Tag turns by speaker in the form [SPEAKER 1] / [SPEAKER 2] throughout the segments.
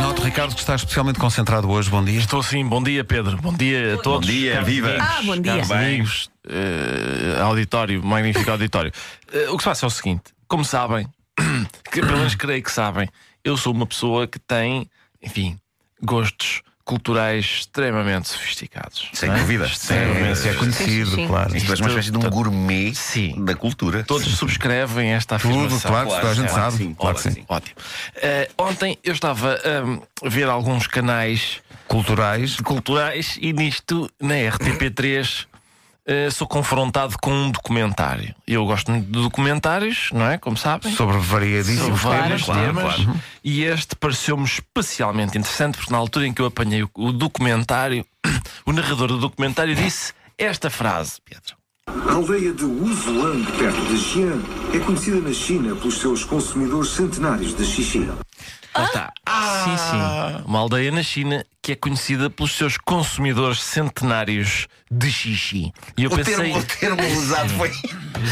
[SPEAKER 1] Note, Ricardo, que está especialmente concentrado hoje. Bom dia.
[SPEAKER 2] Estou sim, bom dia Pedro, bom dia a todos.
[SPEAKER 3] dia,
[SPEAKER 2] Caros
[SPEAKER 3] viva.
[SPEAKER 2] amigos,
[SPEAKER 4] Ah, bom dia.
[SPEAKER 2] caros amigos, eh, auditório, magnífico auditório. Eh, o que se passa é o seguinte: como sabem, que pelo menos creio que sabem, eu sou uma pessoa que tem, enfim, gostos culturais extremamente sofisticados.
[SPEAKER 3] Sem
[SPEAKER 2] não é?
[SPEAKER 3] dúvida.
[SPEAKER 2] Extremamente.
[SPEAKER 3] Sem-
[SPEAKER 1] é conhecido,
[SPEAKER 4] Sim, sim.
[SPEAKER 1] claro.
[SPEAKER 3] Isto é uma espécie de um gourmet
[SPEAKER 2] Sim.
[SPEAKER 3] da cultura.
[SPEAKER 2] Todos subscrevem esta
[SPEAKER 1] Tudo,
[SPEAKER 2] afirmação.
[SPEAKER 1] claro, toda a gente
[SPEAKER 2] é.
[SPEAKER 1] sabe.
[SPEAKER 3] sim,
[SPEAKER 1] claro que
[SPEAKER 3] claro que
[SPEAKER 1] sim.
[SPEAKER 2] Ótimo. Eh, ontem eu estava hum, a ver alguns canais
[SPEAKER 1] Culturais.
[SPEAKER 2] culturais e nisto, na RTP3, eh, sou confrontado com um documentário. Eu gosto muito de documentários, não é? Como sabem.
[SPEAKER 1] Sobre variadíssimos
[SPEAKER 2] Sobre
[SPEAKER 1] temas.
[SPEAKER 2] vários temas. E este pareceu-me especialmente interessante porque na altura em que eu apanhei o- o documentário, o narrador do documentário disse esta frase, Pedro.
[SPEAKER 5] A aldeia de Wuzhuang, perto de Xi'an, é conhecida na China pelos seus consumidores centenários de xixi.
[SPEAKER 2] Lá está.
[SPEAKER 3] Ah!
[SPEAKER 2] Sim, sim. Uma aldeia na China que é conhecida pelos seus consumidores centenários de xixi. E eu
[SPEAKER 3] O
[SPEAKER 2] pensei.
[SPEAKER 3] termo, o termo usado foi.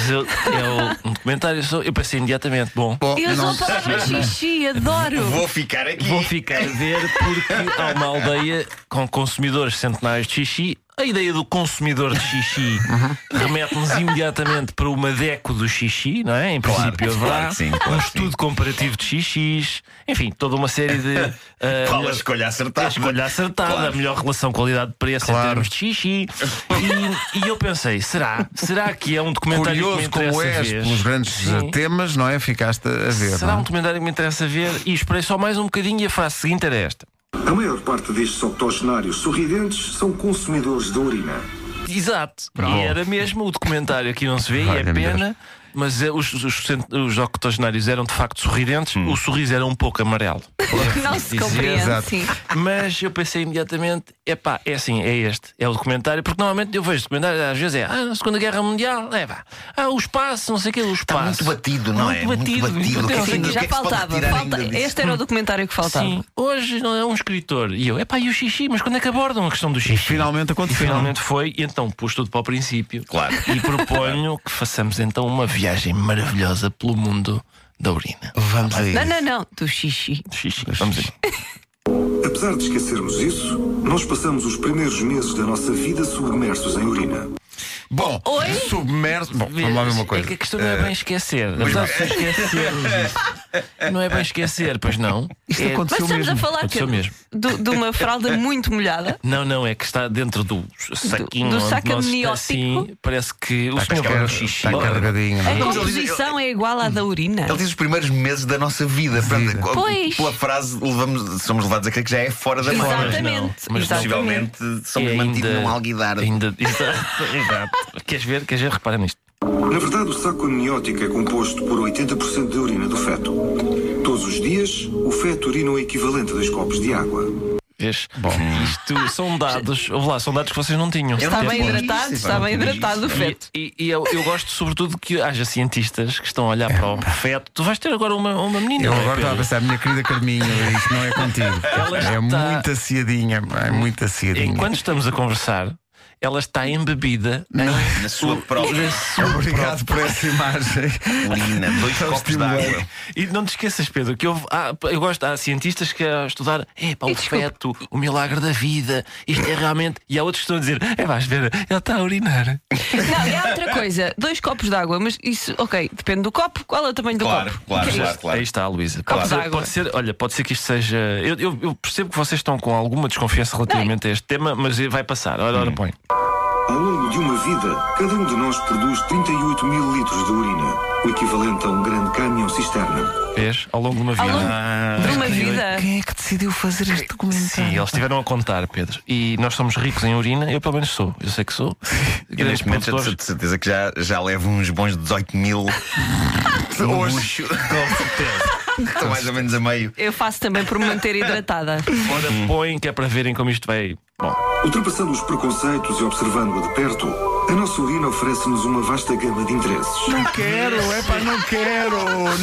[SPEAKER 2] Eu, é o documentário, só- eu pensei imediatamente, bom,
[SPEAKER 1] Bom,
[SPEAKER 4] Eu sou
[SPEAKER 1] não
[SPEAKER 4] a palavra xixi, adoro.
[SPEAKER 3] Vou ficar aqui.
[SPEAKER 2] vou ficar a ver porque há uma aldeia com consumidores centenários de xixi. A ideia do consumidor de xixi remete-nos imediatamente para uma deco do xixi, não é? Em princípio, haverá
[SPEAKER 3] claro que sim, claro
[SPEAKER 2] um
[SPEAKER 3] que sim.
[SPEAKER 2] estudo comparativo de xixis, enfim, toda uma série de. ah,
[SPEAKER 3] Qual a escolha acertada?
[SPEAKER 2] A escolha acertada, a
[SPEAKER 3] Claro.
[SPEAKER 2] melhor relação qualidade-preço
[SPEAKER 1] Claro.
[SPEAKER 2] em termos de xixi. E, e eu pensei, será? Será que é um documentário que me
[SPEAKER 1] Curioso como
[SPEAKER 2] interessa
[SPEAKER 1] és
[SPEAKER 2] ver?
[SPEAKER 1] pelos grandes
[SPEAKER 2] Sim.
[SPEAKER 1] temas, não é? Ficaste a ver.
[SPEAKER 2] Será
[SPEAKER 1] não
[SPEAKER 2] um
[SPEAKER 1] é?
[SPEAKER 2] documentário que me interessa ver? E esperei só mais um bocadinho e a frase seguinte era esta.
[SPEAKER 5] A maior parte destes octogenários sorridentes são consumidores de urina.
[SPEAKER 2] Exato. E era mesmo o documentário aqui não se vê, e é
[SPEAKER 1] Valha-me
[SPEAKER 2] pena. Mas eh, os, os, cent- os octogenários eram de facto sorridentes,
[SPEAKER 3] Hum.
[SPEAKER 2] o sorriso era um pouco amarelo.
[SPEAKER 4] Não se
[SPEAKER 2] Dizer,
[SPEAKER 4] compreende,
[SPEAKER 1] exato.
[SPEAKER 4] sim.
[SPEAKER 2] Mas eu pensei imediatamente: epá, é assim, é este, é o documentário, porque normalmente eu vejo documentários, às vezes é ah, na Segunda Guerra Mundial, é vá, ah, o espaço, não sei o que, o espaço.
[SPEAKER 3] Está muito batido, não é?
[SPEAKER 2] Muito batido, muito
[SPEAKER 3] O que é que-
[SPEAKER 2] batido.
[SPEAKER 3] o que é
[SPEAKER 4] Já
[SPEAKER 3] que se pode
[SPEAKER 4] faltava.
[SPEAKER 3] tirar
[SPEAKER 4] falta-
[SPEAKER 3] ainda disso?
[SPEAKER 4] Este era o documentário que faltava.
[SPEAKER 2] Sim, hoje não é um escritor. E eu, epá, e o xixi? Mas quando é que abordam a questão do xixi?
[SPEAKER 1] Finalmente
[SPEAKER 2] E
[SPEAKER 1] aconteceu.
[SPEAKER 2] finalmente foi, e então pus tudo para o princípio.
[SPEAKER 3] Claro.
[SPEAKER 2] E proponho que façamos então uma viagem maravilhosa pelo mundo da urina.
[SPEAKER 1] Vamos aí.
[SPEAKER 4] Não, não, não. Do xixi.
[SPEAKER 2] Xixi. Vamos aí.
[SPEAKER 5] Apesar de esquecermos isso, nós passamos os primeiros meses da nossa vida submersos em urina.
[SPEAKER 1] Bom,
[SPEAKER 4] Oi?
[SPEAKER 1] submerso. Bom, vamos lá ver uma
[SPEAKER 2] É
[SPEAKER 1] coisa. Tá Eh,
[SPEAKER 2] que a questão não é bem esquecer. Apesar de se esquecermos isso. Não é bem esquecer, pois não.
[SPEAKER 1] Isto
[SPEAKER 2] é...
[SPEAKER 4] Mas
[SPEAKER 1] aconteceu
[SPEAKER 4] estamos
[SPEAKER 1] mesmo.
[SPEAKER 4] a falar
[SPEAKER 2] Aconteceu
[SPEAKER 4] Pedro,
[SPEAKER 2] mesmo.
[SPEAKER 4] do- de uma fralda muito molhada.
[SPEAKER 2] Não, não, é que está dentro do saquinho.
[SPEAKER 4] do
[SPEAKER 2] onde
[SPEAKER 4] saco
[SPEAKER 2] nós está
[SPEAKER 4] amniótico.
[SPEAKER 2] assim, parece que o senhor vai
[SPEAKER 1] Está
[SPEAKER 2] ao xixi.
[SPEAKER 1] está tá carregadinho. não
[SPEAKER 4] A
[SPEAKER 1] é?
[SPEAKER 4] composição é igual à da urina.
[SPEAKER 3] Ele diz os primeiros meses da nossa vida. Portanto, co-
[SPEAKER 4] Pois.
[SPEAKER 3] Pela frase, levamos, somos levados a crer que já é fora da moda.
[SPEAKER 2] Exato.
[SPEAKER 4] Exatamente.
[SPEAKER 2] mas não.
[SPEAKER 4] exatamente.
[SPEAKER 3] Possivelmente somos
[SPEAKER 2] É
[SPEAKER 3] mantidos
[SPEAKER 2] ainda-
[SPEAKER 3] num alguidar.
[SPEAKER 2] Ainda, exato, exato. Queres ver? Queres ver? Repara nisto.
[SPEAKER 5] Na verdade, o saco amniótico é composto por 80% da urina do feto. Todos os dias, o feto urina o equivalente a dois copos de água.
[SPEAKER 2] Vês? Bom, isto são dados, ouve lá, são dados que vocês não tinham.
[SPEAKER 3] Eu
[SPEAKER 4] Está
[SPEAKER 3] não
[SPEAKER 4] bem
[SPEAKER 3] tenho
[SPEAKER 4] hidratado,
[SPEAKER 3] isso,
[SPEAKER 4] está
[SPEAKER 3] não
[SPEAKER 4] bem
[SPEAKER 3] tenho
[SPEAKER 4] hidratado o
[SPEAKER 3] isso.
[SPEAKER 4] feto.
[SPEAKER 2] E, e eu, eu gosto sobretudo que haja cientistas que estão a
[SPEAKER 3] É.
[SPEAKER 2] olhar para o feto. Tu vais ter agora uma, uma menina.
[SPEAKER 1] Eu
[SPEAKER 2] não é,
[SPEAKER 1] agora estava a
[SPEAKER 2] Pedro?
[SPEAKER 1] pensar, minha querida Carminha, isto não é contigo.
[SPEAKER 2] Ela
[SPEAKER 1] é
[SPEAKER 2] está-
[SPEAKER 1] muito aciadinha, é muito aciadinha.
[SPEAKER 2] Enquanto estamos a conversar, ela está embebida
[SPEAKER 3] Na sua própria
[SPEAKER 2] na sua
[SPEAKER 1] Obrigado por essa imagem.
[SPEAKER 3] urina, dois copos de
[SPEAKER 1] estimulei.
[SPEAKER 3] água.
[SPEAKER 2] E não te esqueças, Pedro, que houve, há- eu gosto, há cientistas que a estudar é pá, o
[SPEAKER 4] E desculpe.
[SPEAKER 2] feto, o milagre da vida, isto é realmente. E há outros que estão a dizer, é vais ver, ela está a urinar.
[SPEAKER 4] Não, e há outra coisa. Dois copos de água, mas isso, ok, depende do copo. Qual é o tamanho do
[SPEAKER 3] Claro,
[SPEAKER 4] copo?
[SPEAKER 3] claro,
[SPEAKER 4] Que é
[SPEAKER 3] claro,
[SPEAKER 4] isto?
[SPEAKER 2] Aí
[SPEAKER 3] claro.
[SPEAKER 2] está, Luísa.
[SPEAKER 4] Copo
[SPEAKER 2] Pode ser-
[SPEAKER 4] d'água.
[SPEAKER 2] Pode ser, olha, pode ser que isto seja. Eu, eu- eu percebo que vocês estão com alguma desconfiança relativamente a este tema, mas vai passar. Ora,
[SPEAKER 3] Hum.
[SPEAKER 2] ora, põe.
[SPEAKER 5] Ao longo de uma vida, cada um de nós produz 38 mil litros de urina, o equivalente a um grande caminhão cisterna.
[SPEAKER 2] Vês? Ao longo de uma
[SPEAKER 4] Ao
[SPEAKER 2] vida.
[SPEAKER 4] longo de uma
[SPEAKER 2] Ah,
[SPEAKER 4] vida.
[SPEAKER 1] Quem é que decidiu fazer este documentário?
[SPEAKER 2] Sim, eles estiveram a contar, Pedro. E nós somos ricos em urina, eu pelo menos sou. Eu sei que sou.
[SPEAKER 3] E
[SPEAKER 2] Grandes
[SPEAKER 3] neste momento já
[SPEAKER 2] produtores.
[SPEAKER 3] de certeza que já, já levo uns bons 18 mil no bucho. Estou mais ou menos a meio.
[SPEAKER 4] Eu faço também por me manter hidratada.
[SPEAKER 2] Ora, põe que é para verem como isto vai. Bom,
[SPEAKER 5] Ultrapassando os preconceitos e observando-a de perto, A nossa urina oferece-nos uma vasta gama de interesses.
[SPEAKER 1] Não quero, é pá, não quero.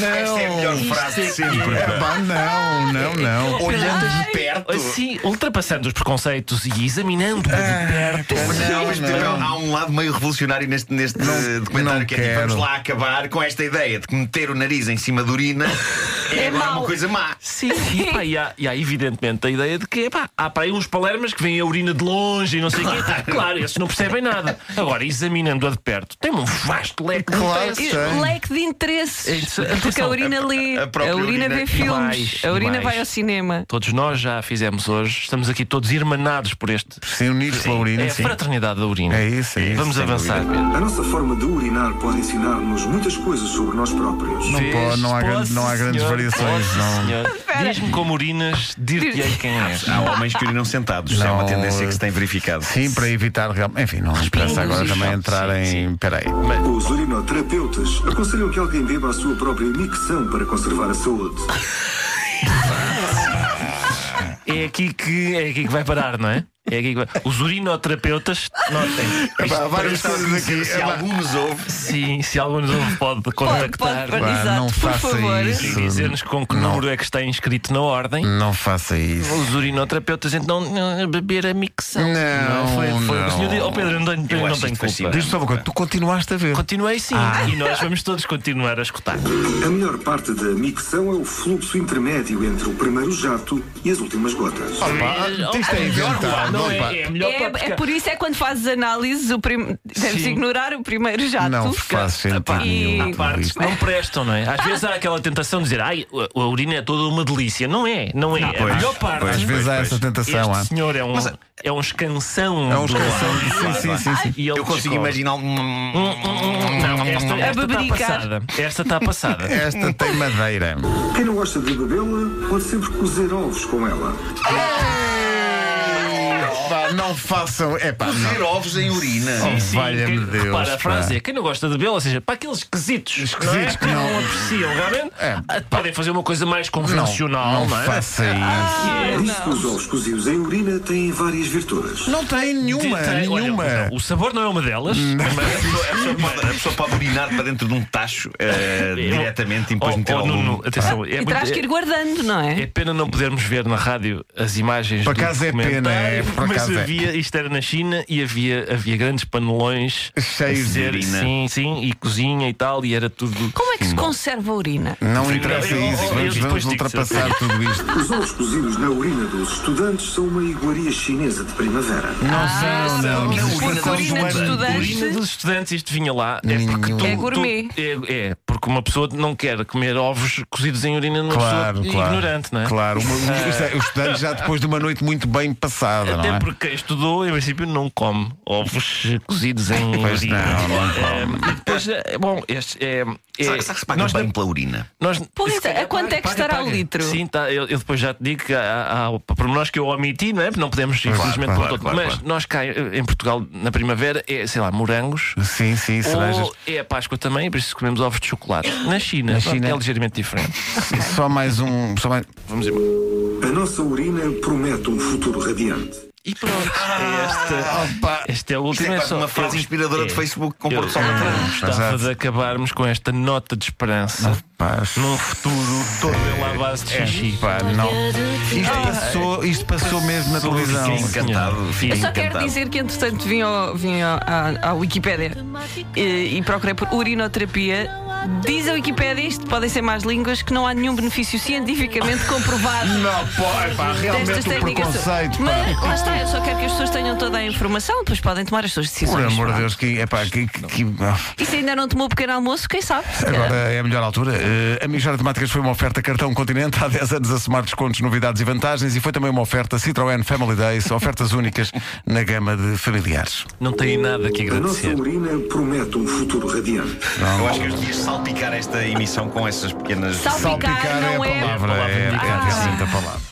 [SPEAKER 3] Esta é a melhor
[SPEAKER 1] Não.
[SPEAKER 3] frase de sempre.
[SPEAKER 1] É pá, não, não, não.
[SPEAKER 3] Olhando de perto.
[SPEAKER 2] Assim, ultrapassando os preconceitos e examinando um de
[SPEAKER 3] Ah,
[SPEAKER 2] perto.
[SPEAKER 3] Não, mas
[SPEAKER 1] É, não.
[SPEAKER 3] há um lado meio revolucionário neste, neste eh, documentário
[SPEAKER 1] não
[SPEAKER 3] que é tipo,
[SPEAKER 1] quero.
[SPEAKER 3] vamos lá acabar com esta ideia de que meter o nariz em cima da urina é,
[SPEAKER 4] É
[SPEAKER 3] agora
[SPEAKER 4] mau.
[SPEAKER 3] uma coisa má.
[SPEAKER 2] Sim, e, pá, e há, e há evidentemente a ideia de que epá, há para aí uns palermas que veem a urina de longe e não sei o quê. Claro, esses não percebem nada. Agora, examinando-a de perto, tem um vasto leque de
[SPEAKER 1] Claro
[SPEAKER 2] interesses.
[SPEAKER 1] que tem.
[SPEAKER 4] Leque de interesses.
[SPEAKER 2] É Isso, atenção,
[SPEAKER 4] Porque a urina lê,
[SPEAKER 3] a- a própria
[SPEAKER 4] a urina vê
[SPEAKER 3] urina-
[SPEAKER 4] filmes,
[SPEAKER 2] é mais,
[SPEAKER 4] a urina
[SPEAKER 2] mais.
[SPEAKER 4] vai ao cinema.
[SPEAKER 2] Todos nós já a fizemos hoje, estamos aqui todos irmanados por este.
[SPEAKER 1] Sim, unidos pela urina,
[SPEAKER 2] é a
[SPEAKER 1] sim.
[SPEAKER 2] fraternidade da urina.
[SPEAKER 1] É isso, é isso,
[SPEAKER 2] Vamos
[SPEAKER 1] sem
[SPEAKER 2] avançar.
[SPEAKER 5] A nossa forma de urinar pode ensinar-nos muitas coisas sobre nós próprios.
[SPEAKER 1] Não, pode, não há,
[SPEAKER 2] Posso,
[SPEAKER 1] grande- não há grandes
[SPEAKER 2] senhor,
[SPEAKER 1] variações.
[SPEAKER 2] posso,
[SPEAKER 1] Não.
[SPEAKER 2] senhor. Diz-me como urinas, dir-te-ei quem és.
[SPEAKER 3] Há homens que urinam sentados, isso é uma
[SPEAKER 1] Não,
[SPEAKER 3] tendência que se tem verificado.
[SPEAKER 1] Sim, para evitar realmente. Enfim, não interessa agora
[SPEAKER 2] sim,
[SPEAKER 1] também
[SPEAKER 2] sim,
[SPEAKER 1] entrar em. Peraí.
[SPEAKER 5] Os urinoterapeutas aconselham que alguém beba a sua própria micção para conservar a saúde.
[SPEAKER 2] É aqui que é aqui que vai parar, não é? É aqui que vai... Os urinoterapeutas, notem.
[SPEAKER 3] Há
[SPEAKER 2] Isto-
[SPEAKER 3] vários
[SPEAKER 1] Parece-
[SPEAKER 3] estados aqui, se algum nos ouve,
[SPEAKER 2] Sim, se algum nos ouve, pode contactar
[SPEAKER 4] pode-
[SPEAKER 1] Pá,
[SPEAKER 4] Exato,
[SPEAKER 1] não
[SPEAKER 4] por
[SPEAKER 1] faça
[SPEAKER 4] favor.
[SPEAKER 2] e
[SPEAKER 1] isso.
[SPEAKER 2] dizer-nos com que número é que está inscrito na ordem.
[SPEAKER 1] Não faça isso.
[SPEAKER 2] Os urinoterapeutas então não, beber a micção.
[SPEAKER 1] Não,
[SPEAKER 2] foi, foi
[SPEAKER 1] não.
[SPEAKER 2] o senhor disse, oh Pedro, eu não, tenho- eu
[SPEAKER 3] acho
[SPEAKER 2] não
[SPEAKER 3] isto
[SPEAKER 2] tenho culpa.
[SPEAKER 3] fascinante.
[SPEAKER 1] Diz-me só uma coisa, tu continuaste a ver.
[SPEAKER 2] Continuei sim, e nós vamos todos continuar a escutar.
[SPEAKER 5] A melhor parte da micção é o fluxo intermédio entre o primeiro jato e as últimas gotas.
[SPEAKER 1] Pá, isto é inventado.
[SPEAKER 2] Não,
[SPEAKER 1] pá.
[SPEAKER 2] é, é melhor
[SPEAKER 4] É,
[SPEAKER 2] para buscar.
[SPEAKER 4] é por isso é quando fazes análises, o prim... deves
[SPEAKER 2] Sim.
[SPEAKER 4] ignorar o primeiro jato.
[SPEAKER 1] Não faz sentido
[SPEAKER 4] Epá, e-
[SPEAKER 1] nenhum.
[SPEAKER 2] Há partes que não prestam, não é? Às vezes há aquela tentação de dizer, ai, a a urina é toda uma delícia. Não é, não é. a
[SPEAKER 3] pois,
[SPEAKER 2] melhor parte.
[SPEAKER 3] pois,
[SPEAKER 1] Às vezes há
[SPEAKER 3] Pois,
[SPEAKER 1] essa
[SPEAKER 3] pois.
[SPEAKER 1] tentação.
[SPEAKER 2] este
[SPEAKER 1] há.
[SPEAKER 2] senhor é um, é um escansão.
[SPEAKER 1] É um
[SPEAKER 2] do
[SPEAKER 1] escansão.
[SPEAKER 2] ar.
[SPEAKER 1] Sim, sim, sim, sim.
[SPEAKER 2] E ele
[SPEAKER 3] eu
[SPEAKER 2] descobre.
[SPEAKER 3] consigo imaginar um.
[SPEAKER 2] Hum,
[SPEAKER 1] Hum,
[SPEAKER 2] Não, esta
[SPEAKER 4] A
[SPEAKER 2] esta está
[SPEAKER 4] bebericar.
[SPEAKER 2] passada. Esta está passada.
[SPEAKER 1] Esta tem madeira.
[SPEAKER 5] Quem não gosta de bebê-la pode sempre cozer ovos com ela.
[SPEAKER 1] Pá, não façam. É pá,
[SPEAKER 3] Cozer
[SPEAKER 1] não.
[SPEAKER 3] ovos em urina.
[SPEAKER 2] Sim, sim,
[SPEAKER 1] Valha-me
[SPEAKER 2] quem-
[SPEAKER 1] Deus,
[SPEAKER 2] Repara,
[SPEAKER 1] pá.
[SPEAKER 2] a frase é: quem não gosta de bela, ou seja, para aqueles esquisitos,
[SPEAKER 1] Esquisitos
[SPEAKER 2] não é? que não, apreciam, realmente,
[SPEAKER 1] É.
[SPEAKER 2] ah, podem fazer uma coisa mais
[SPEAKER 1] Não,
[SPEAKER 2] convencional,
[SPEAKER 1] não
[SPEAKER 2] não, é?
[SPEAKER 1] faça isso.
[SPEAKER 5] Diz que os ovos cozidos em urina têm várias virtudes.
[SPEAKER 1] Não tem nenhuma,
[SPEAKER 2] Tem- olha,
[SPEAKER 1] nenhuma. Hum.
[SPEAKER 2] o sabor não é uma delas, mas
[SPEAKER 3] A pessoa- a pessoa pode- A pessoa pode urinar para dentro de um tacho eh, diretamente e depois
[SPEAKER 2] Oh,
[SPEAKER 3] meter
[SPEAKER 2] oh,
[SPEAKER 3] ao
[SPEAKER 2] Nuno,
[SPEAKER 3] lume.
[SPEAKER 2] atenção, é,
[SPEAKER 4] e
[SPEAKER 2] muito-
[SPEAKER 4] terás que ir guardando, não
[SPEAKER 2] é- é
[SPEAKER 4] é?
[SPEAKER 2] pena não podermos ver na rádio as imagens
[SPEAKER 1] Por
[SPEAKER 2] do
[SPEAKER 1] acaso é
[SPEAKER 2] documentário,
[SPEAKER 1] pena, é, por
[SPEAKER 2] mas
[SPEAKER 1] acaso é.
[SPEAKER 2] havia, isto era na China e havia, havia grandes panelões a
[SPEAKER 1] Cheios de
[SPEAKER 2] dizer,
[SPEAKER 3] urina.
[SPEAKER 2] Sim, sim, e cozinha e tal, e era tudo. Hum.
[SPEAKER 4] Como é que se conserva a urina?
[SPEAKER 1] Não interessa
[SPEAKER 2] Eu- eu-
[SPEAKER 1] isso.
[SPEAKER 2] eu
[SPEAKER 1] Vamos,
[SPEAKER 2] depois
[SPEAKER 1] vamos
[SPEAKER 2] digo-se.
[SPEAKER 1] ultrapassar tudo isto.
[SPEAKER 5] Os ovos cozidos na urina dos estudantes são uma iguaria chinesa de primavera.
[SPEAKER 1] Não
[SPEAKER 4] Ah,
[SPEAKER 1] são, não.
[SPEAKER 3] não,
[SPEAKER 1] Isto
[SPEAKER 3] urina
[SPEAKER 1] são
[SPEAKER 3] dos
[SPEAKER 1] do ano.
[SPEAKER 4] estudantes.
[SPEAKER 2] A urina dos estudantes, isto vinha lá. É, porque
[SPEAKER 1] Nenhum.
[SPEAKER 2] tu-
[SPEAKER 4] É gourmet.
[SPEAKER 2] tu- é, é, porque uma pessoa não quer comer ovos cozidos em urina numa
[SPEAKER 1] Claro,
[SPEAKER 2] pessoa
[SPEAKER 1] claro.
[SPEAKER 2] ignorante, não é?
[SPEAKER 1] Claro, uma- isto é, os estudantes já depois de uma noite muito bem passada,
[SPEAKER 2] Até
[SPEAKER 1] não é?
[SPEAKER 2] porque quem estudou, em princípio, não come ovos cozidos em
[SPEAKER 1] Pois
[SPEAKER 2] urina.
[SPEAKER 1] não, não
[SPEAKER 2] Eh, e depois, eh, bom, este é. é-
[SPEAKER 3] Será, será que se paga
[SPEAKER 2] nós,
[SPEAKER 3] bem pela urina?
[SPEAKER 2] nós-
[SPEAKER 4] Pois,
[SPEAKER 2] se calhar
[SPEAKER 4] a quanto é que
[SPEAKER 2] paga,
[SPEAKER 4] estará
[SPEAKER 2] paga.
[SPEAKER 4] o litro?
[SPEAKER 2] Sim, tá, eu, eu depois já te digo que há, há, há pormenores que eu omiti, não é? Porque não podemos, infelizmente,
[SPEAKER 1] claro,
[SPEAKER 2] por todo.
[SPEAKER 3] claro,
[SPEAKER 2] Mas
[SPEAKER 3] claro.
[SPEAKER 2] nós cá eh, em Portugal, na primavera, é, sei lá, morangos,
[SPEAKER 1] Sim, sim, cerejas.
[SPEAKER 2] Ou é a Páscoa também, por isso comemos ovos de chocolate. Na China,
[SPEAKER 1] Na
[SPEAKER 2] pronto,
[SPEAKER 1] China.
[SPEAKER 2] é ligeiramente diferente.
[SPEAKER 1] Só mais um. Só mais...
[SPEAKER 5] A nossa urina promete um futuro radiante.
[SPEAKER 2] E pronto, é esta.
[SPEAKER 1] Opa,
[SPEAKER 2] Esta é a
[SPEAKER 3] Ah, Isto
[SPEAKER 2] última.
[SPEAKER 3] é quase
[SPEAKER 2] só-
[SPEAKER 3] uma frase
[SPEAKER 2] eu-
[SPEAKER 3] inspiradora de
[SPEAKER 2] é.
[SPEAKER 3] Facebook com
[SPEAKER 2] Eu-
[SPEAKER 3] pôr do sol na frente.
[SPEAKER 2] Gostava
[SPEAKER 1] Exato.
[SPEAKER 2] de acabarmos com esta nota de esperança
[SPEAKER 1] pá,
[SPEAKER 2] num futuro todo ele à base
[SPEAKER 1] É.
[SPEAKER 2] de xixi.
[SPEAKER 1] pá, não. Isto
[SPEAKER 2] Ah,
[SPEAKER 1] passou,
[SPEAKER 2] é.
[SPEAKER 1] isto passou mesmo na televisão.
[SPEAKER 3] Fiquei encantado. Fiquei
[SPEAKER 4] Eu só quero
[SPEAKER 3] encantado.
[SPEAKER 4] dizer que, entretanto, vim, ao, vim ao- à, à Wikipédia eh, e, e procurei por urinoterapia. Diz a Wikipédia, isto podem ser mais línguas, que não há nenhum benefício cientificamente comprovado.
[SPEAKER 1] Não, pô, é pá,
[SPEAKER 4] Destas
[SPEAKER 1] realmente o
[SPEAKER 4] técnicas.
[SPEAKER 1] preconceito. pá.
[SPEAKER 4] Mas lá está, eu só quero que as pessoas tenham toda a informação, depois podem tomar as suas
[SPEAKER 1] Por
[SPEAKER 4] decisões.
[SPEAKER 1] amor de
[SPEAKER 4] pá.
[SPEAKER 1] Deus, que, é pá, que, que- que-
[SPEAKER 4] E se ainda não tomou o pequeno almoço, quem sabe? se calhar.
[SPEAKER 1] Agora é a melhor altura. Eh, a Michórdia de Temáticas foi uma oferta cartão Continente há 10 anos a somar descontos, novidades e vantagens e foi também uma oferta Citroën Family Days, ofertas únicas na gama de familiares.
[SPEAKER 2] Não tenho nada que
[SPEAKER 5] A nossa
[SPEAKER 2] agradecer.
[SPEAKER 5] urina promete um futuro radiante.
[SPEAKER 3] Eu acho que eu devias salpicar esta emissão com essas pequenas.
[SPEAKER 4] Salpicar,
[SPEAKER 1] Salpicar é a
[SPEAKER 4] não é.
[SPEAKER 1] palavra, é, é,
[SPEAKER 2] palavra
[SPEAKER 1] é,
[SPEAKER 2] indicada.
[SPEAKER 1] realmente a palavra.